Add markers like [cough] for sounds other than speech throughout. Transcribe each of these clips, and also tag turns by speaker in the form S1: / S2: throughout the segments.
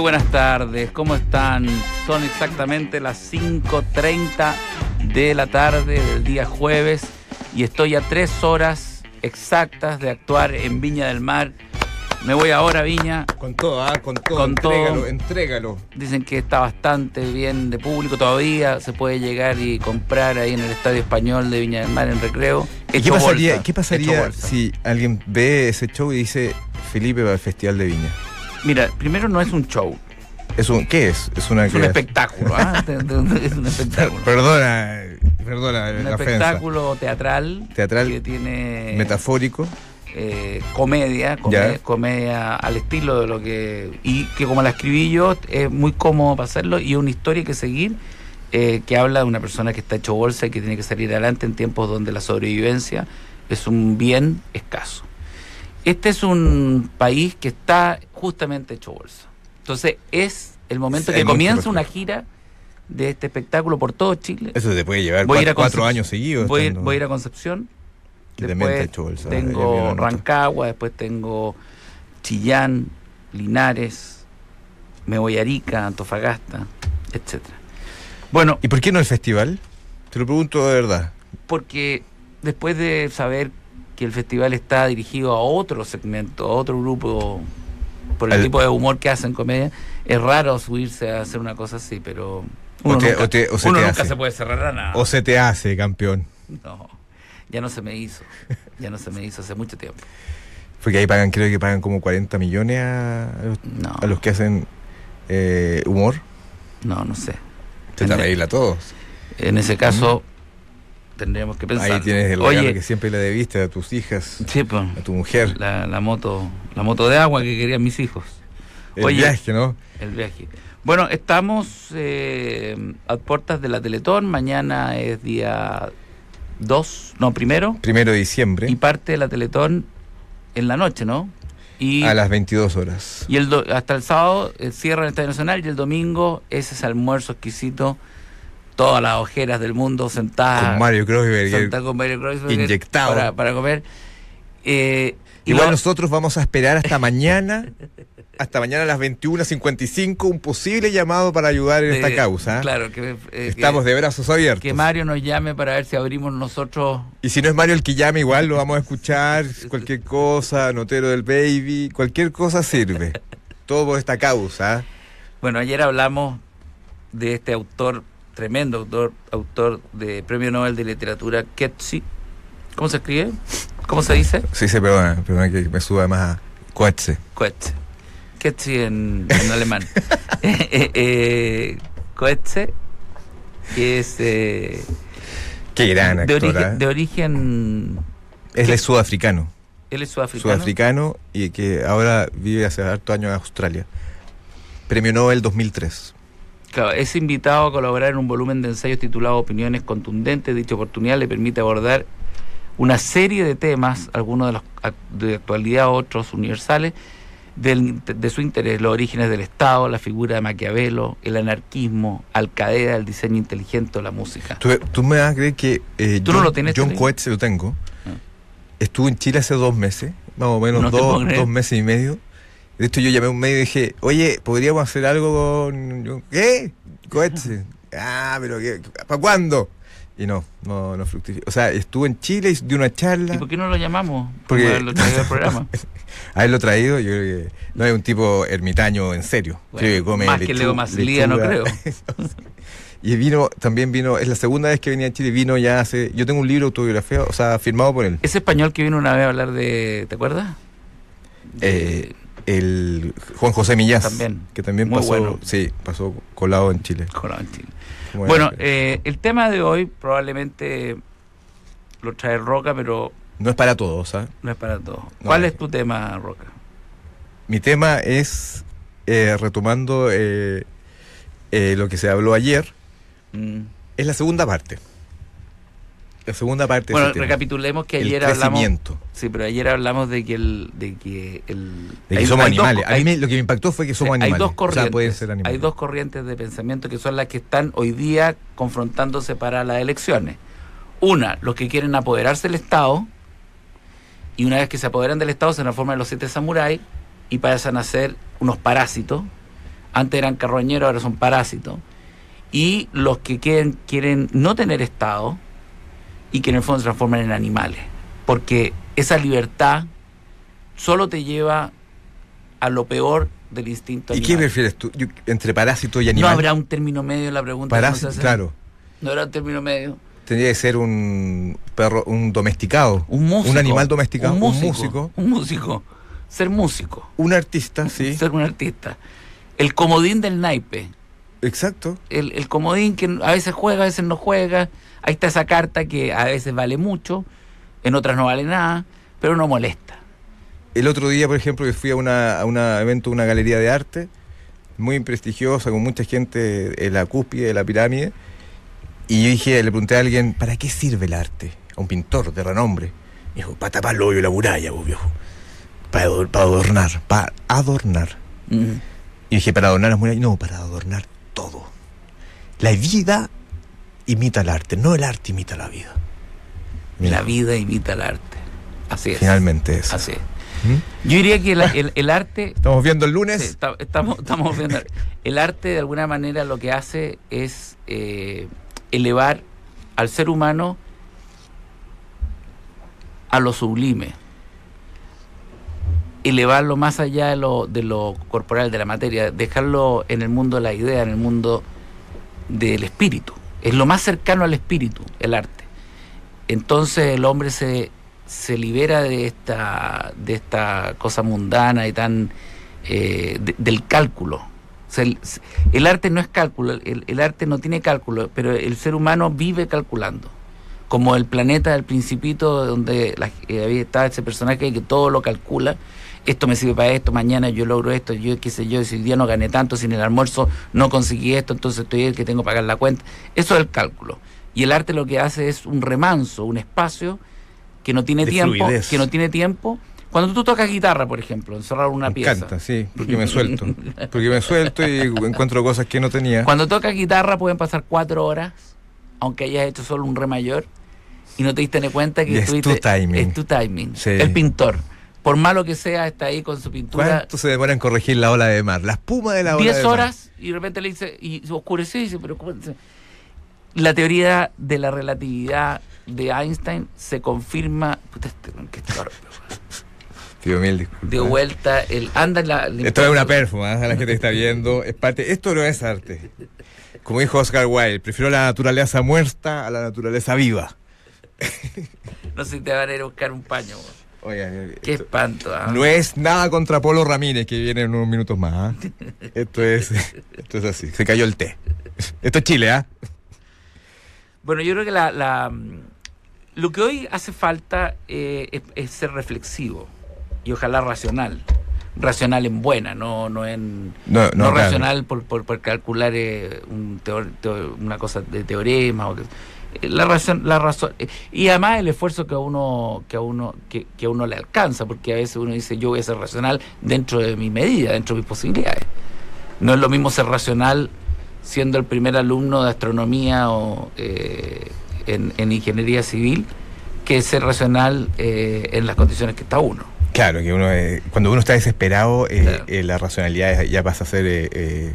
S1: buenas tardes, ¿cómo están? Son exactamente las 5.30 de la tarde del día jueves y estoy a tres horas exactas de actuar en Viña del Mar. Me voy ahora a Viña,
S2: Con todo, ah, con todo.
S1: Con
S2: entrégalo,
S1: todo.
S2: entrégalo.
S1: dicen que está bastante bien de público todavía, se puede llegar y comprar ahí en el Estadio Español de Viña del Mar en recreo.
S3: ¿Y ¿Qué
S1: Hecho
S3: pasaría,
S1: bolsa,
S3: qué pasaría
S1: hecho bolsa.
S3: si alguien ve ese show y dice Felipe va al Festival de Viña?
S1: Mira, primero no es un show,
S3: ¿Es un, ¿Qué es? Es, una
S1: es un
S3: creación-
S1: espectáculo, ¿ah? [laughs] es un espectáculo.
S3: [laughs] Perdona, perdona
S1: un
S3: la ofensa.
S1: espectáculo teatral,
S3: Teatral,
S1: que tiene
S3: Metafórico.
S1: eh, comedia, come- comedia,
S3: Ya.
S1: al estilo de lo que y que como la escribí yo es muy cómodo para hacerlo y es una historia que seguir eh, que habla de una persona que está hecho bolsa y que tiene que salir adelante en tiempos donde la sobrevivencia es un bien escaso. Este es un país que está justamente hecho bolsa. Entonces es el momento
S3: Sí,
S1: que
S3: hay mucho
S1: comienza una
S3: reflejo.
S1: gira de este espectáculo por todo Chile.
S3: Eso te puede llevar
S1: Voy a
S3: cua-
S1: ir a
S3: cuatro,
S1: Concep-
S3: años seguidos.
S1: Voy, a ir-
S3: estando-
S1: voy a ir a Concepción.
S3: Que también
S1: Después
S3: está hecho bolsa, ya vi la
S1: tengo
S3: nota.
S1: Rancagua, después tengo Chillán, Linares, me voy a Arica, Antofagasta, etcétera. Bueno,
S3: ¿Y por qué no el festival? Te lo pregunto de verdad.
S1: porque después de saber que el festival está dirigido a otro segmento, a otro grupo, por el
S3: Al-
S1: tipo de humor que hacen comedia, es raro subirse a hacer una cosa así, pero
S3: O
S1: uno
S3: te-
S1: nunca,
S3: o te- o se
S1: uno
S3: te
S1: nunca
S3: hace.
S1: se puede cerrar a nada.
S3: ¿O se te hace, campeón?
S1: No, ya no se me hizo, ya no se me hizo hace mucho tiempo.
S3: Porque ahí pagan, creo que pagan como 40 millones a, a los,
S1: No,
S3: a los que hacen eh, humor.
S1: no, no sé.
S3: Te van a ir a todos.
S1: En ese caso, tendríamos que pensar.
S3: Ahí tienes el regalo
S1: Oye,
S3: que siempre le debiste a tus hijas,
S1: sí, po,
S3: a tu mujer.
S1: la, la moto, la moto de agua que querían mis hijos,
S3: El
S1: Oye.
S3: viaje, ¿no?
S1: el viaje. Bueno, estamos eh, a puertas de la Teletón, mañana es día 2, no, primero,
S3: Primero de diciembre
S1: y parte de la Teletón en la noche, ¿no? Y,
S3: a las 22 horas.
S1: y el do- hasta el sábado eh, cierra el Estadio Nacional y el domingo es ese almuerzo exquisito, todas las ojeras del mundo sentadas.
S3: Con Mario Kreuzberger.
S1: Ah, Santa con Mario Kreuzberger
S3: Inyectado.
S1: Para, para comer. Eh, y
S3: Igual
S1: lo-
S3: nosotros vamos a esperar hasta mañana, hasta mañana a las 21.55, un posible llamado para ayudar en
S1: de-
S3: esta causa. ¿ah?
S1: Claro, que, eh, que-
S3: Estamos de brazos abiertos.
S1: que Mario nos llame para ver si abrimos nosotros.
S3: Y si no es Mario el que llame, igual lo vamos a escuchar. Cualquier cosa, notero del baby, cualquier cosa sirve. Todo por esta causa. ¿ah?
S1: Bueno, ayer hablamos de este autor, tremendo autor, autor de Premio Nobel de Literatura, Ketsi. ¿Cómo se escribe? ¿Cómo se dice?
S3: Sí, se perdona, perdona que me suba más a Coetze.
S1: Coetze. Ketsi en,
S3: [laughs]
S1: en alemán. [laughs] Eh, eh, eh, Coetze, que es eh,
S3: Qué gran
S1: de,
S3: actor. ¿ah?
S1: origen, de origen.
S3: Él es sudafricano.
S1: Él es sudafricano.
S3: sudafricano y que ahora vive hace hartos años en Australia. Premio Nobel 2003.
S1: Claro, es invitado a colaborar en un volumen de ensayos titulado Opiniones contundentes. Dicha oportunidad le permite abordar una serie de temas, algunos de los ac- de actualidad, otros universales, del- de su interés, los orígenes del Estado, la figura de Maquiavelo, el anarquismo, Al Qaeda, el diseño inteligente, o la música.
S3: ¿Tú, tú me vas a creer que eh,
S1: ¿Tú no
S3: John,
S1: lo tienes,
S3: John
S1: Tony?
S3: Coetze lo tengo?
S1: Ah.
S3: Estuvo en Chile hace dos meses, más o menos
S1: No te puedo
S3: dos,
S1: creer.
S3: dos meses y medio. De hecho, yo llamé a un medio y dije, oye, ¿podríamos hacer algo con... John- ¿Qué?
S1: [laughs]
S3: Coetze. Ah, pero ¿qué? ¿para cuándo? Y no, no, no fructificó. O sea, estuvo en Chile, hizo- dio una charla.
S1: ¿Y por qué no lo llamamos?
S3: Porque-
S1: Como lo traía al
S3: [laughs]
S1: programa.
S3: A él lo traído, yo creo que no es un tipo ermitaño en serio.
S1: Bueno,
S3: creo que come
S1: más que
S3: lechu-
S1: Leo Maslía, no
S3: lechuga.
S1: creo.
S3: [laughs] Y vino, también vino, es la segunda vez que venía a Chile, vino ya hace. Yo tengo un libro autobiografiado, o sea, firmado por él.
S1: Ese español que vino una vez a hablar de. ¿Te acuerdas? De-
S3: Eh, el Juan José Millás.
S1: También.
S3: Que también
S1: Muy
S3: pasó,
S1: bueno.
S3: sí, pasó colado en Chile.
S1: Colón, en Chile.
S3: Como
S1: Bueno,
S3: era.
S1: eh, el tema de hoy probablemente lo trae Roca, pero
S3: no es para todos, ¿ah?
S1: no es para todos.
S3: No,
S1: ¿Cuál
S3: no.
S1: es tu tema, Roca?
S3: Mi tema es eh, retomando eh, eh, lo que se habló ayer,
S1: Mm.
S3: es la segunda parte. La segunda parte de
S1: Bueno,
S3: ese tema.
S1: recapitulemos que
S3: El
S1: ayer hablamos.
S3: crecimiento.
S1: Sí, pero ayer hablamos de que el. De que, el,
S3: De que
S1: hay-
S3: somos
S1: hay dos-
S3: animales. a mí
S1: hay-
S3: me- lo que me impactó fue que somos
S1: sí,
S3: animales.
S1: Eh, Hay dos
S3: O sea,
S1: corrientes.
S3: pueden ser animales.
S1: Hay dos corrientes de pensamiento que son las que están hoy día confrontándose para las elecciones. Una, los que quieren apoderarse del Estado, y una vez que se apoderan del Estado se transforman en los siete samuráis y pasan a ser unos parásitos Antes eran carroñeros, ahora son parásitos. Y los que quieren, quieren no tener Estado y que en el fondo se transforman en animales. Porque esa libertad solo te lleva a lo peor del instinto
S3: ¿Y
S1: animal.
S3: qué prefieres tú? Yo- entre parásito y
S1: No
S3: animal.
S1: habrá un término medio en la pregunta. que nos
S3: parásito,
S1: hacen?
S3: claro.
S1: No habrá un término medio.
S3: Tendría que ser un perro, un domesticado.
S1: Un músico.
S3: Un animal domesticado.
S1: Un músico. Un músico.
S3: músico.
S1: Ser músico.
S3: Un artista, sí.
S1: Ser un artista. El comodín del naipe.
S3: Exacto.
S1: El, el comodín que a veces juega, a veces no juega. Ahí está esa carta que a veces vale mucho, en otras no vale nada, pero no molesta.
S3: El otro día, por ejemplo, que fui a un a una evento, una galería de arte, muy prestigiosa, con mucha gente en la cúspide de la pirámide, y yo dije, le pregunté a alguien, ¿para qué sirve el arte? A un pintor de renombre. Me dijo, para tapar los hoyos de la muralla, vos viejo. Para, ador- para adornar, para adornar.
S1: Mm.
S3: Y dije, para adornar las murallas, no, para adornar todo. La vida imita el arte, no el arte imita la vida. Mira,
S1: La vida imita el arte. Así es.
S3: Finalmente eso.
S1: Así es.
S3: ¿Mm?
S1: Yo diría que la- el- el arte
S3: Estamos viendo el lunes.
S1: Sí, esta- estamos, estamos viendo. El arte, de alguna manera, lo que hace es eh, elevar al ser humano a lo sublime. Elevarlo más allá de lo, de lo corporal, de la materia. Dejarlo en el mundo de la idea, en el mundo del espíritu. Es lo más cercano al espíritu, el arte. Entonces el hombre se, se libera de esta, de esta cosa mundana y tan eh, de- del cálculo. O sea, el, el arte no es cálculo, el, el arte no tiene cálculo, pero el ser humano vive calculando. Como el planeta del principito, donde la- eh, había estaba ese personaje que todo lo calcula. Esto me sirve para esto, mañana yo logro esto, yo qué sé yo, si el día no gané tanto, sin el almuerzo no conseguí esto, entonces estoy el que tengo que pagar la cuenta. Eso es el cálculo. Y el arte lo que hace es un remanso, un espacio que no tiene
S3: De
S1: tiempo,
S3: fluidez.
S1: que no tiene tiempo. Cuando tú tocas guitarra, por ejemplo, encerrar una
S3: me
S1: pieza.
S3: encanta, sí, porque me suelto. Porque me
S1: [laughs]
S3: suelto y encuentro cosas que no tenía.
S1: Cuando tocas guitarra pueden pasar cuatro horas, aunque hayas hecho solo un re mayor, y no te diste ni cuenta que
S3: Y es tu
S1: estuviste-
S3: timing.
S1: Es tu timing.
S3: Sí.
S1: El pintor, por malo que sea, está ahí con su pintura
S3: ¿Cuánto se demora en corregir la ola de mar? La espuma de la ola de
S1: diez
S3: mar.
S1: horas y de repente le dice, y se oscureció y dice, pero ¿cómo se-?" La teoría de la relatividad de Einstein se confirma. Puta, este, qué torpe, weón.
S3: Tío, mil disculpas.
S1: Dio vuelta, el anda en la.
S3: Esto es una performance a la gente que está viendo. Es parte, esto no es arte. Como dijo Oscar Wilde, prefiero la naturaleza muerta a la naturaleza viva.
S1: No sé si te van a ir a buscar un paño. weón.
S3: Oigan,
S1: Qué
S3: eh, esto-
S1: espanto. ¿ah?
S3: no es nada contra Polo Ramírez, que viene en unos minutos más. ¿ah?
S1: [laughs]
S3: Esto, es, esto es así. Se cayó el té. Esto es Chile, ¿ah?
S1: Bueno, yo creo que la, la, mm, lo que hoy hace falta eh, es, es ser reflexivo y ojalá racional. Racional en buena, no, no en.
S3: No,
S1: No,
S3: claro.
S1: racional por, por, por calcular eh, un teor- teo- una cosa de teorema. O que- eh, la razón, la razón. eh, y además el esfuerzo que a uno, que a uno, que, que a uno le alcanza, porque a veces uno dice yo voy a ser racional dentro de mi medida, dentro de mis posibilidades. No es lo mismo ser racional siendo el primer alumno de astronomía o eh, en, en ingeniería civil que ser racional eh, en las condiciones que está uno.
S3: Claro, que uno eh, cuando uno está desesperado, eh,
S1: Claro.
S3: eh, la racionalidad ya pasa a ser eh, eh,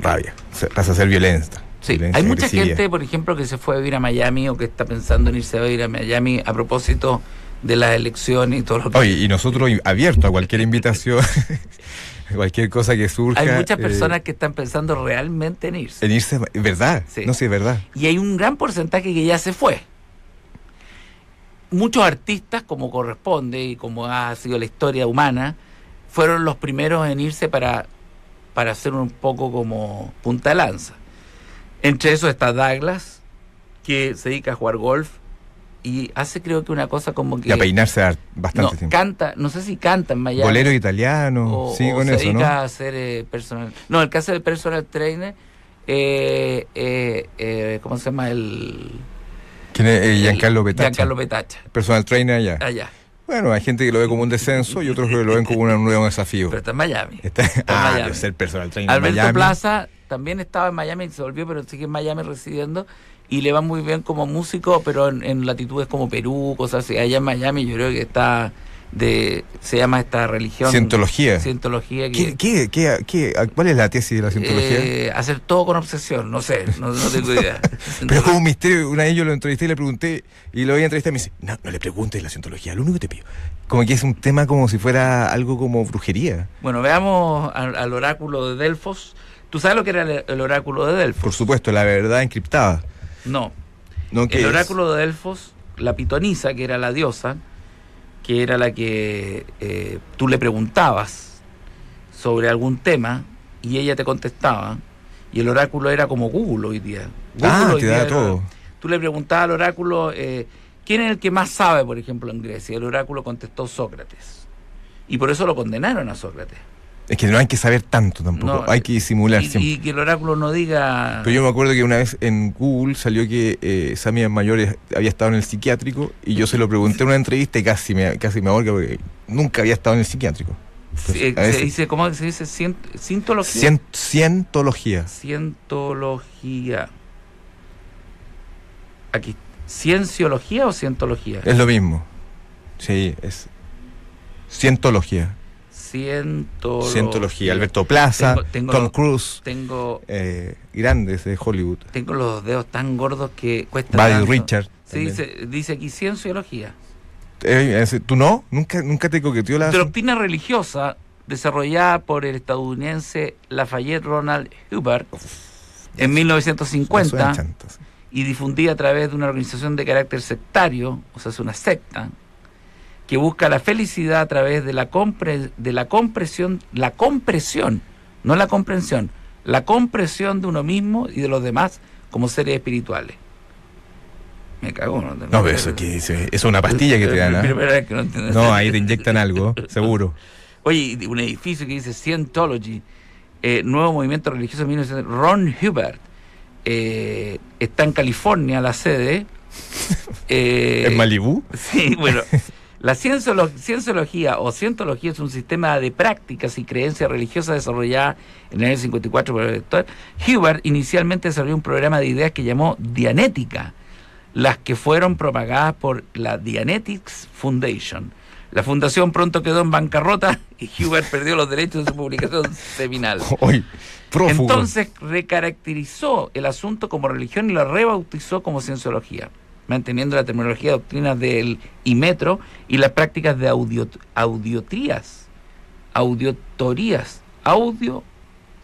S3: rabia, se- pasa a ser violencia.
S1: Sí,
S3: violencia
S1: hay mucha
S3: agresividad.
S1: gente, por ejemplo, que se fue a vivir a Miami o que está pensando en irse a vivir a Miami a propósito de las elecciones y todo lo que...
S3: Oye, y nosotros i- abierto a cualquier invitación, [laughs] a cualquier cosa que surja.
S1: hay muchas
S3: eh,
S1: personas que están pensando realmente en irse.
S3: en irse, es verdad.
S1: Sí.
S3: No, sí, es verdad.
S1: Y hay un gran porcentaje que ya se fue. Muchos artistas, como corresponde y como ha sido la historia humana, fueron los primeros en irse para, para hacer un poco como punta de lanza. Entre esos está Douglas, que se dedica a jugar golf y hace creo que una cosa como que...
S3: Y a peinarse har-
S1: Eh, No,
S3: bastante tiempo.
S1: canta, no sé si canta en Miami.
S3: Bolero italiano,
S1: o,
S3: sí,
S1: o
S3: con
S1: se
S3: eso,
S1: dedica
S3: ¿no?
S1: a ser eh, personal. No, el caso del personal trainer, eh, eh, eh, ¿cómo se llama? El,
S3: ¿Quién es? Eh,
S1: el-
S3: Giancarlo Petaccia.
S1: Giancarlo Petacha.
S3: Personal trainer allá.
S1: Allá.
S3: Bueno, hay gente que lo ve como un descenso y otros que lo ven como un nuevo desafío.
S1: Pero está en Miami.
S3: Está-
S1: en
S3: ah,
S1: Miami.
S3: pero ser personal trainer. en
S1: Alberto
S3: Miami.
S1: Plaza también estaba en Miami, se volvió, pero sigue en Miami residiendo. Y le va muy bien como músico, pero en, en latitudes como Perú, cosas así. Allá en Miami yo creo que está de se llama esta religión
S3: Cientología.
S1: cientología que
S3: ¿Qué, qué, qué, qué- a- ¿Cuál es la tesis de la cientología?
S1: eh, hacer todo con obsesión, no sé, no, no tengo idea.
S3: [laughs] Pero es como un misterio. Una vez yo lo entrevisté y le pregunté, y lo voy a entrevistar y me dice, no, no le preguntes la cientología, lo único que te pido. Como que es un tema como si fuera algo como brujería.
S1: Bueno, veamos al, al oráculo de Delfos. ¿Tú sabes lo que era el, el oráculo de
S3: Por
S1: Delfos?
S3: supuesto, la verdad encriptada.
S1: No.
S3: ¿no? ¿Qué
S1: El
S3: es?
S1: oráculo de Delfos, la pitonisa, que era la diosa, que era la que eh, tú le preguntabas sobre algún tema y ella te contestaba. Y el oráculo era como Google hoy día. Google
S3: Ah,
S1: hoy
S3: te
S1: día
S3: da
S1: era-
S3: todo.
S1: Tú le preguntabas al oráculo, eh, ¿quién es el que más sabe, por ejemplo, en Grecia? El oráculo contestó Sócrates. Y por eso lo condenaron a Sócrates.
S3: Es que no hay que saber tanto tampoco,
S1: No,
S3: hay que disimular
S1: Y,
S3: siempre.
S1: y que el oráculo no diga...
S3: Pero yo me acuerdo que una vez en Google salió que eh, Sammy Mayor había estado en el psiquiátrico y yo se lo pregunté en una entrevista y casi me, casi me ahorca porque nunca había estado en el psiquiátrico.
S1: se,
S3: Pues, a
S1: se
S3: veces-
S1: dice, ¿Cómo se dice? Cien- Cientología.
S3: Cien- cientología.
S1: Cientología. Aquí. ¿Cienciología o cientología?
S3: Es lo mismo. Sí, es cientología.
S1: Cientología.
S3: Cientología. Alberto Plaza,
S1: Tengo- tengo
S3: Tom
S1: los-
S3: Cruise,
S1: Tengo,
S3: eh, grandes de Hollywood.
S1: tengo los dedos tan gordos que cuesta.
S3: Buddy
S1: tanto.
S3: Richard.
S1: Sí,
S3: también.
S1: dice, dice aquí cienciología.
S3: Eh, es- ¿Tú no? ¿Nunca, nunca te coqueteó la...
S1: Doctrina religiosa desarrollada por el estadounidense Lafayette Ronald Hubbard en
S3: Eso eran
S1: 1950
S3: chantas.
S1: y difundida a través de una organización de carácter sectario, o sea, es una secta, que busca la felicidad a través de la, compre- de la compresión, la compresión, no la comprensión, la compresión de uno mismo y de los demás como seres espirituales. Me cago, no
S3: No, pero eso, que, eso es una pastilla que te dan.
S1: [laughs]
S3: ¿ah?
S1: Primera vez que no entiendo.
S3: No, ahí te inyectan algo, seguro.
S1: Oye, y un edificio que dice Scientology, eh, nuevo movimiento religioso, 1900, Ron Hubert, eh, está en California la sede. Eh,
S3: ¿En [laughs] Malibú?
S1: Sí, bueno. La cienciolo- cienciología o cientología es un sistema de prácticas y creencias religiosas desarrollada en el año 54 por el doctor Hubert. Inicialmente desarrolló un programa de ideas que llamó Dianética, las que fueron propagadas por la Dianetics Foundation. La fundación pronto quedó en bancarrota y Hubert perdió los derechos de su publicación seminal.
S3: Hoy, prófugo.
S1: Entonces recaracterizó el asunto como religión y lo rebautizó como cienciología, manteniendo la terminología doctrina del Imetro y las prácticas de audio, audiotrías, audiotorías, audio,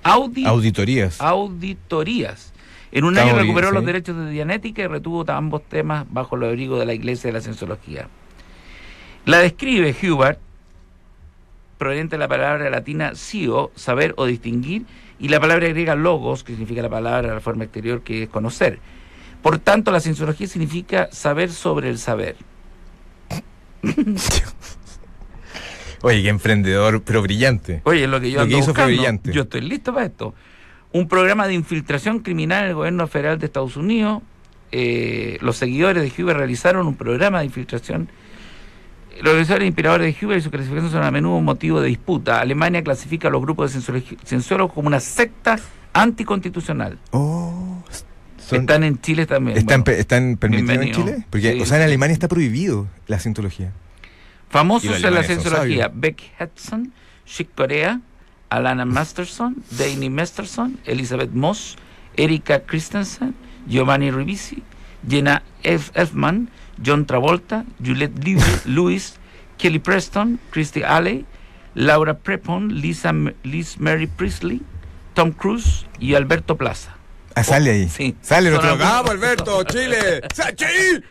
S1: audi,
S3: Auditorías.
S1: Ah. auditorías. En un
S3: Está
S1: año
S3: muy bien,
S1: recuperó los
S3: sí.
S1: derechos de Dianética y retuvo t- ambos temas bajo el abrigo de la Iglesia de la Cienciología. La describe Hubert, proveniente de la palabra latina sio, saber o distinguir, y la palabra griega logos, que significa la palabra, la forma exterior, que es conocer. Por tanto, la cienciología significa saber sobre el saber.
S3: Oye, qué emprendedor, pero brillante.
S1: Oye, es lo que yo
S3: Lo
S1: ando
S3: que hizo fue
S1: buscando.
S3: brillante.
S1: Yo estoy listo para esto. Un programa de infiltración criminal en el gobierno federal de Estados Unidos. Eh, los seguidores de Huber realizaron un programa de infiltración. Los organizadores inspiradores de Huber y su clasificación son a menudo un motivo de disputa. Alemania clasifica a los grupos de censor- censores como una secta anticonstitucional.
S3: Oh, son-
S1: Están en Chile también.
S3: ¿Están,
S1: bueno.
S3: pe- ¿Están permitidos en
S1: bienvenido.
S3: Chile? Porque,
S1: Sí.
S3: o sea, en Alemania está prohibido la cientología. y
S1: Famosos
S3: los
S1: en la
S3: alemanes son
S1: cienciología:
S3: sabios.
S1: Beck Hudson, Chick Corea, Alana Masterson, Danny Masterson, Elizabeth Moss, Erika Christensen, Giovanni Ribisi, Jenna F. Elfman, John Travolta, Juliette Lew- Lewis, Kelly Preston, Christy Alley, Laura Prepon, Lisa, M- Liz Mary Priestley, Tom Cruise y Alberto Plaza.
S3: Ah, sale ahí.
S1: Oh, Sí.
S3: Sale el
S1: Son
S3: otro.
S1: algunos.
S3: ¡Vamos, Alberto!
S1: [laughs]
S3: ¡Chile! ¡Chile!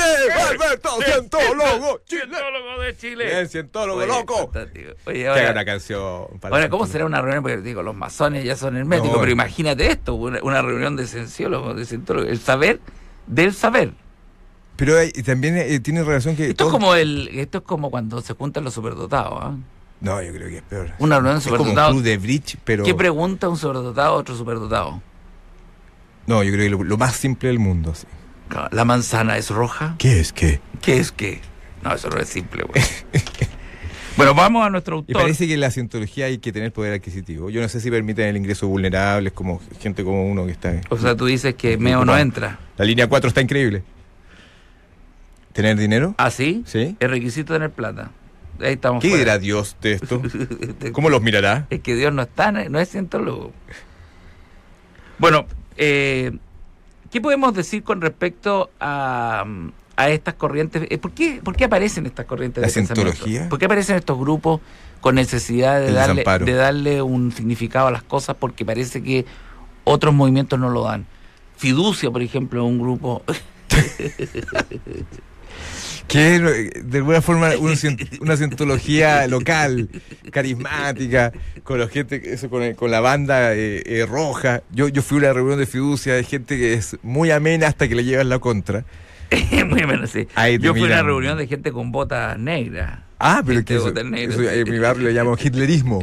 S3: ¡Alberto! [laughs] ¡Cientólogo! ¡Chile!
S1: de Chile!
S3: ¡Bien, cientólogo,
S1: Oye,
S3: loco!
S1: fantástico. Oye,
S3: Que haga
S1: ahora,
S3: una canción. para
S1: Ahora, ¿cómo
S3: cientólogos.
S1: será una reunión? Porque digo, los masones ya son herméticos,
S3: No.
S1: pero imagínate esto, una, una reunión de cienciólogos, de cientólogos, el saber del saber.
S3: Pero hay- y también eh, tiene relación que.
S1: Esto es
S3: todo-
S1: como el, esto es como cuando se juntan los superdotados, ¿ah?
S3: No, yo creo que es peor.
S1: Una reunión de
S3: Es como un
S1: superdotado.
S3: club de bridge, pero.
S1: ¿Qué pregunta un superdotado a otro superdotado?
S3: No, yo creo que lo, lo más simple del mundo. sí.
S1: ¿La manzana es roja?
S3: ¿Qué es qué?
S1: ¿Qué es qué? No, eso no es simple,
S3: [laughs]
S1: güey. bueno, vamos a nuestro
S3: Y
S1: autor.
S3: parece que en la cientología hay que tener poder adquisitivo. Yo no sé si permiten el ingreso de vulnerables, como gente como uno que está.
S1: O sea, tú dices que Meo no
S3: Ocupado.
S1: entra.
S3: La línea 4 está increíble. ¿Tener dinero?
S1: ¿Ah, sí?
S3: Sí.
S1: El requisito es tener plata. ahí estamos. pues. Este,
S3: ¿Qué
S1: fuera. [laughs]
S3: dirá Dios [laughs] de esto? ¿Cómo los mirará?
S1: Es que Dios no está, no es cientólogo. Bueno, eh, ¿qué podemos decir con respecto a, mm, a estas corrientes? Eh, ¿Por qué, por qué aparecen estas corrientes
S3: ¿La
S1: de pensamiento?
S3: cientología?
S1: ¿Por qué aparecen estos grupos con necesidad de
S3: El
S1: darle,
S3: desamparo.
S1: de darle un significado a las cosas? Porque parece que otros movimientos no lo dan. Fiducia, por ejemplo, es un grupo [laughs]
S3: Que eh, de alguna forma un cien- una cientología local, carismática, con la gente, eso, con, el- con la banda eh, eh, roja. Yo, yo fui a una reunión de fiducia de gente que es muy amena hasta que le llevas la contra.
S1: muy menos, sí.
S3: Ahí te
S1: Yo fui a una
S3: miran.
S1: reunión de gente con botas negras.
S3: Ah, pero
S1: Este
S3: que eso,
S1: botón negro.
S3: eso, eh, en mi barrio le llaman hitlerismo.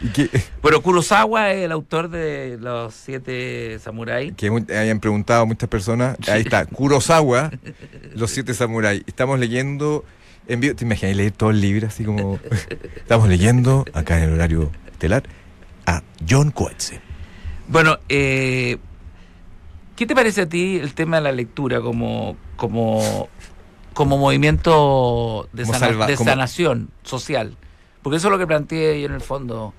S3: y que,
S1: Pero Kurosawa es el autor de Los Siete Samuráis.
S3: que mu- hayan preguntado muchas personas. Ahí está, Kurosawa, Los Siete Samuráis. Estamos leyendo en vivo. ¿Te imaginas leer todo el libro
S1: [laughs]
S3: así como. Estamos leyendo acá en el horario estelar a John Coetzee.
S1: Bueno, eh, ¿qué te parece a ti el tema de la lectura como, como, como movimiento de,
S3: Como
S1: sana-
S3: salva-
S1: de
S3: como-
S1: sanación social? Porque eso es lo que planteé yo en el fondo.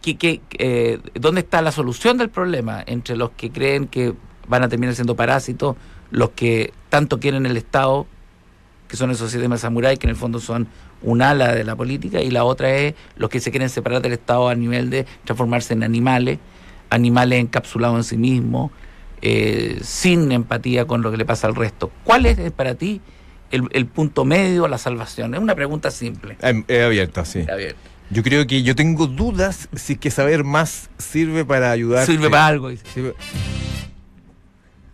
S1: ¿Qué- qué- qué, eh, ¿Dónde está la solución del problema entre los que creen que van a terminar siendo parásitos, los que tanto quieren el Estado, que son esos sistemas samuráis, que en el fondo son un ala de la política, y la otra es los que se quieren separar del Estado a nivel de transformarse en animales? animales encapsulados en sí mismos, eh, sin empatía con lo que le pasa al resto. ¿Cuál es eh, para ti el, el punto medio a la salvación? Es una pregunta simple.
S3: Em, He abierto, sí.
S1: Javier.
S3: Yo creo que yo tengo dudas si es que saber más sirve para ayudar.
S1: Sirve para algo. dice.
S3: Sirve-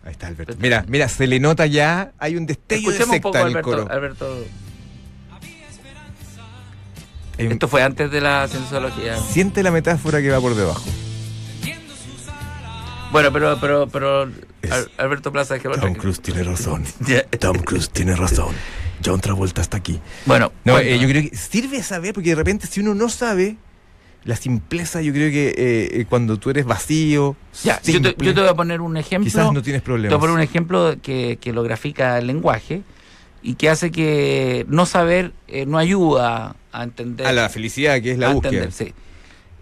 S3: Ahí está Alberto. Mira, mira, se le nota ya. Hay un destello de
S1: Escuchemos un poco,
S3: secta en el
S1: Alberto.
S3: coro.
S1: Alberto.
S3: Hay un-
S1: Esto fue antes de la cienciología.
S3: Em, Siente la metáfora que va por debajo.
S1: Bueno, pero, pero, pero
S3: Es-
S1: Al- Alberto Plaza es que
S3: tiene razón.
S1: Ya. eh,
S3: Tom Cruise tiene razón. John Travolta está aquí.
S1: Bueno,
S3: No,
S1: cuéntame.
S3: eh, yo creo que sirve saber, porque de repente si uno no sabe, la simpleza, yo creo que eh, eh, cuando tú eres vacío,
S1: Ya, yo, te,
S3: simple,
S1: yo te voy a poner un ejemplo.
S3: quizás no tienes
S1: Te
S3: problemas.
S1: voy a poner un ejemplo que, que lo grafica el lenguaje y que hace que no saber eh, no ayuda a entender.
S3: A la felicidad, que es la
S1: a
S3: búsqueda.
S1: entender, sí.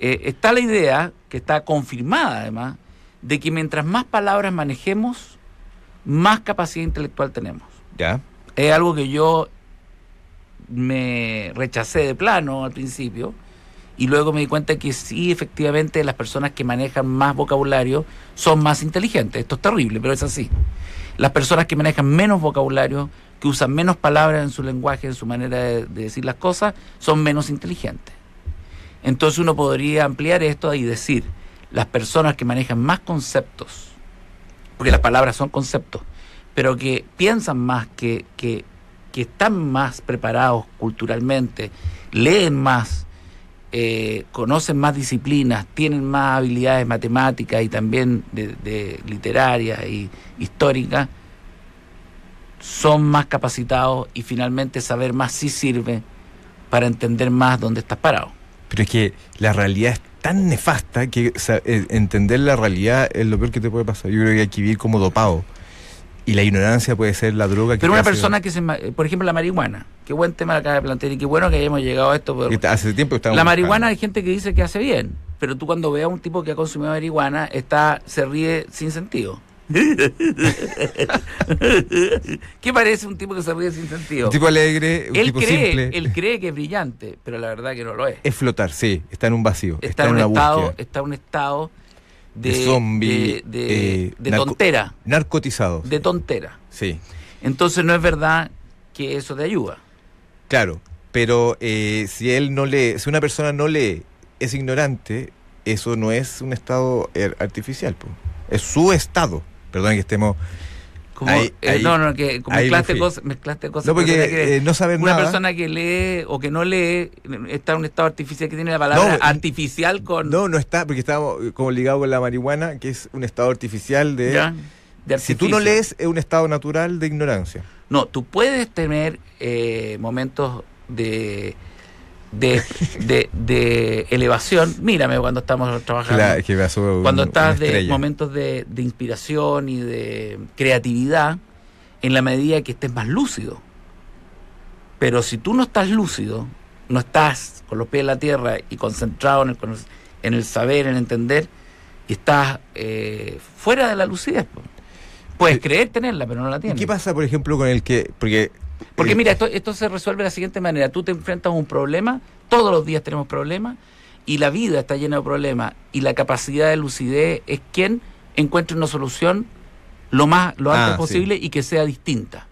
S1: Eh, está la idea, que está confirmada además, de que mientras más palabras manejemos, más capacidad intelectual tenemos.
S3: Ya,
S1: Es algo que yo me rechacé de plano al principio y luego me di cuenta que sí, efectivamente, las personas que manejan más vocabulario son más inteligentes. Esto es terrible, pero es así. Las personas que manejan menos vocabulario, que usan menos palabras en su lenguaje, en su manera de, de decir las cosas, son menos inteligentes. Entonces uno podría ampliar esto y decir, las personas que manejan más conceptos, porque las palabras son conceptos, pero que piensan más, que, que, que están más preparados culturalmente, leen más, eh, conocen más disciplinas, tienen más habilidades matemáticas y también de, de literarias y históricas, son más capacitados y finalmente saber más sí sirve para entender más dónde estás parado.
S3: pero es que la realidad es tan nefasta que o sea, eh, entender la realidad es lo peor que te puede pasar. Yo creo que hay que vivir como dopado. Y la ignorancia puede ser la droga que
S1: Pero
S3: te
S1: una
S3: hace-
S1: persona que se... ma- eh, Por ejemplo, la marihuana. Qué buen tema acaba de plantear y qué bueno que hayamos llegado a esto. por-
S3: que está- hace tiempo que estamos
S1: la
S3: buscando.
S1: marihuana hay gente que dice que hace bien, pero tú cuando veas a un tipo que ha consumido marihuana está se ríe sin sentido. [laughs] ¿Qué parece un tipo que se ríe sin sentido?
S3: Un tipo alegre, un
S1: él
S3: tipo
S1: cree,
S3: simple.
S1: él cree que es brillante, pero la verdad que no lo es.
S3: Es flotar, sí, está en un vacío.
S1: Está, en un
S3: una
S1: estado,
S3: búsqueda.
S1: está en un estado de,
S3: De zombie,
S1: de, de-
S3: eh,
S1: de
S3: narco-
S1: tontera,
S3: Narcotizado.
S1: de tontera.
S3: Sí,
S1: Entonces no es verdad que eso te ayuda.
S3: claro. Pero eh, si él no lee, si una persona no lee, es ignorante, eso no es un estado eh, artificial, po. es su estado. Perdón que estemos.
S1: Como,
S3: Ahí-
S1: eh,
S3: ahí-
S1: no, no, que como
S3: ahí
S1: mezclaste
S3: me fui.
S1: cosas, mezclaste cosas.
S3: No,
S1: que tenía que ver.
S3: porque eh, no saber
S1: Una
S3: nada.
S1: persona que lee o que no lee está en un estado artificial que tiene la palabra
S3: No,
S1: artificial con
S3: No, no está, porque estábamos eh, como ligados con la marihuana, que es un estado artificial de.
S1: ¿ya? de
S3: eh, Si tú no
S1: artificio.
S3: lees, es un estado natural de ignorancia.
S1: No, tú puedes tener eh, momentos de, de, de, de elevación. Mírame cuando estamos trabajando.
S3: Claro, es que me asoma un-
S1: cuando
S3: una
S1: estás de
S3: estrella.
S1: momentos de, de inspiración y de creatividad, en la medida que estés más lúcido. Pero si tú no estás lúcido, no estás con los pies en la tierra y concentrado en el, cono- en el saber, en el entender, y estás eh, fuera de la lucidez, po. puedes
S3: Sí.
S1: creer tenerla, pero no la
S3: Eh, ¿Y
S1: tienes.
S3: qué pasa, por ejemplo, con el que.? Porque.
S1: Porque
S3: eh,
S1: mira, esto, esto se resuelve de la siguiente manera. Tú te enfrentas a un problema, todos los días tenemos problemas, y la vida está llena de problemas, y la capacidad de lucidez es quien encuentre una solución lo más lo antes
S3: Ah, sí.
S1: posible y que sea distinta.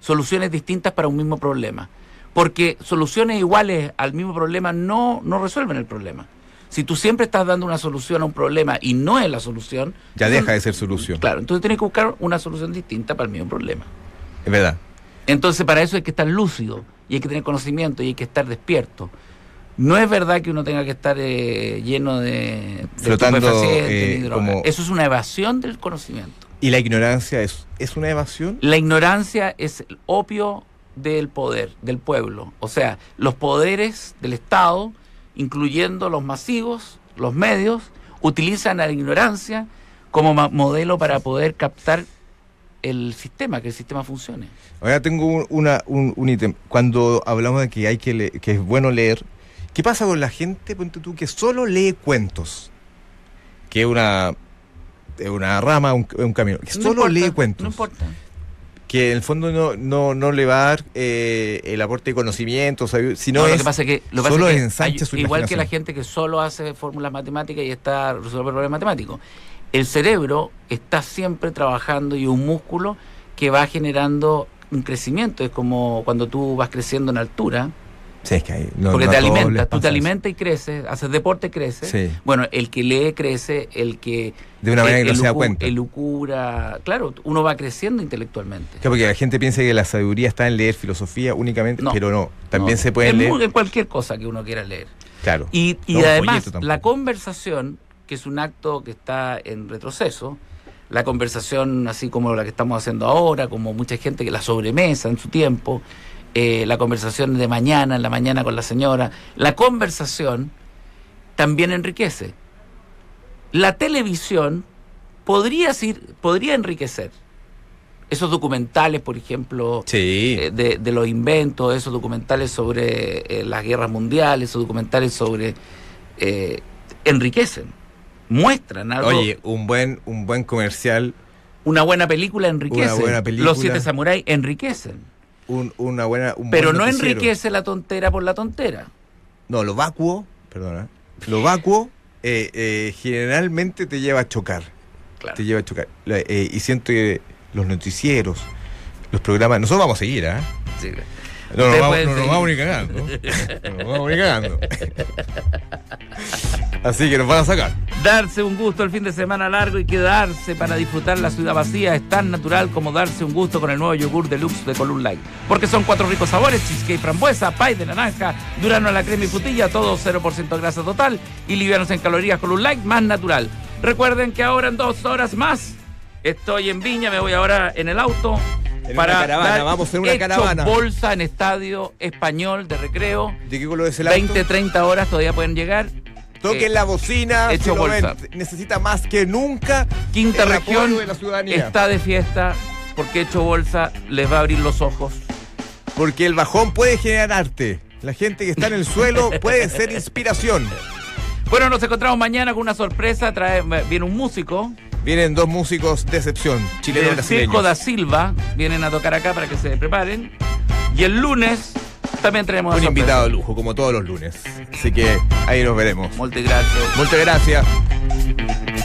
S1: Soluciones distintas para un mismo problema. Porque soluciones iguales al mismo problema no, no resuelven el problema. Si tú siempre estás dando una solución a un problema y no es la solución...
S3: Ya
S1: entonces-
S3: deja de ser solución.
S1: Claro, entonces tienes que buscar una solución distinta para el mismo problema.
S3: Es verdad.
S1: Entonces para eso hay que estar lúcido y hay que tener conocimiento y hay que estar despierto. No es verdad que uno tenga que estar eh, lleno de, de
S3: Flotando,
S1: estupefacientes
S3: eh,
S1: ni droga.
S3: como-
S1: Eso es una evasión del conocimiento.
S3: ¿Y la ignorancia es, es una evasión?
S1: La ignorancia es el opio del poder, del pueblo. O sea, los poderes del Estado, incluyendo los masivos, los medios, utilizan a la ignorancia como ma- modelo para poder captar el sistema, que el sistema funcione.
S3: Ahora tengo un- una, un, un ítem. Cuando hablamos de que hay que le- que es bueno leer, ¿qué pasa con la gente, ponte tú, que solo lee cuentos? Que es una, es una rama, un, un camino. Que
S1: No
S3: solo
S1: importa,
S3: lee cuentos.
S1: No importa.
S3: Que en el fondo no, no, no le va a dar eh, el aporte de conocimiento, sabi- sino
S1: No,
S3: es...
S1: lo que pasa es que, lo que pasa
S3: solo
S1: es que
S3: ensancha su
S1: igual que
S3: imaginación.
S1: la gente que solo hace fórmulas matemáticas y está resolviendo problemas matemáticos. El cerebro está siempre trabajando y un músculo que va generando un crecimiento. Es como cuando tú vas creciendo en altura,
S3: Sí, es que hay- no-
S1: porque
S3: no
S1: te
S3: a todos les
S1: alimentas, tú
S3: pasa
S1: te
S3: eso.
S1: alimentas ¿eh? y creces, haces deporte, creces.
S3: Sí,
S1: Bueno, el que lee crece, el que
S3: de una manera
S1: el-
S3: que no se da
S1: elucu-
S3: cuenta.
S1: elucubra- claro, uno va creciendo intelectualmente.
S3: Claro, porque la gente piensa que la sabiduría está en leer filosofía únicamente,
S1: No.
S3: pero no, también
S1: No,
S3: se puede
S1: en
S3: leer.
S1: mu- en cualquier cosa que uno quiera leer.
S3: Claro.
S1: Y, y
S3: No, un
S1: además,
S3: folleto tampoco.
S1: la conversación, que es un acto que está en retroceso, la conversación así como la que estamos haciendo ahora, como mucha gente que la sobremesa en su tiempo, eh, la conversación de mañana, en la mañana con la señora, la conversación también enriquece. La televisión podría, sir- podría enriquecer. Esos documentales, por ejemplo,
S3: Sí.
S1: eh, de, de los inventos, esos documentales sobre eh, las guerras mundiales, esos documentales sobre... eh, enriquecen, muestran algo.
S3: Oye, un buen, un buen comercial,
S1: una buena película enriquece.
S3: Una buena película.
S1: Los siete samuráis enriquecen.
S3: un, una buena. un
S1: Pero
S3: buen
S1: no
S3: noticiero.
S1: enriquece la tontera por la tontera.
S3: No, lo vacuo, perdona. Lo vacuo eh, eh, generalmente te lleva a chocar.
S1: Claro.
S3: Te lleva a chocar. La- eh, y siento que los noticieros, los programas. Nosotros vamos a seguir, ¿ah?
S1: Sí.
S3: No, nos
S1: Ustedes
S3: vamos,
S1: pueden
S3: no nos
S1: seguir.
S3: vamos ni cagando. No nos vamos
S1: [laughs]
S3: ni cagando. Así que nos van a sacar.
S1: Darse un gusto el fin de semana largo y quedarse para disfrutar la ciudad vacía es tan natural como darse un gusto con el nuevo yogur deluxe de Column Light. Porque son cuatro ricos sabores, cheesecake frambuesa, pie de naranja, durano a la crema y frutilla, todo 0% grasa total y livianos en calorías Column Light más natural. Recuerden que ahora en dos horas más estoy en Viña, me voy ahora en el auto.
S3: En una caravana, vamos en una
S1: hecho
S3: caravana.
S1: bolsa en estadio español de recreo.
S3: ¿De qué color es el
S1: 20,
S3: auto?
S1: 30 horas todavía pueden llegar.
S3: Toquen
S1: Eh,
S3: la bocina.
S1: hecho
S3: si lo ven,
S1: bolsa.
S3: necesita más que nunca
S1: Quinta
S3: el
S1: región
S3: apoyo de la ciudadanía.
S1: está de fiesta porque Hecho Bolsa les va a abrir los ojos.
S3: Porque el bajón puede generar arte. La gente que está en
S1: [laughs]
S3: el suelo puede ser inspiración.
S1: Bueno, nos encontramos mañana con una sorpresa. Trae, eh, viene un músico,
S3: Vienen dos músicos de excepción, chilenos
S1: del Circo da
S3: brasileños.
S1: Silva. Vienen a tocar acá para que se preparen. Y el lunes también tenemos
S3: Un
S1: una sorpresa.
S3: invitado de lujo, como todos los lunes. Así que ahí nos veremos.
S1: Muchas gracias.
S3: Muchas gracias.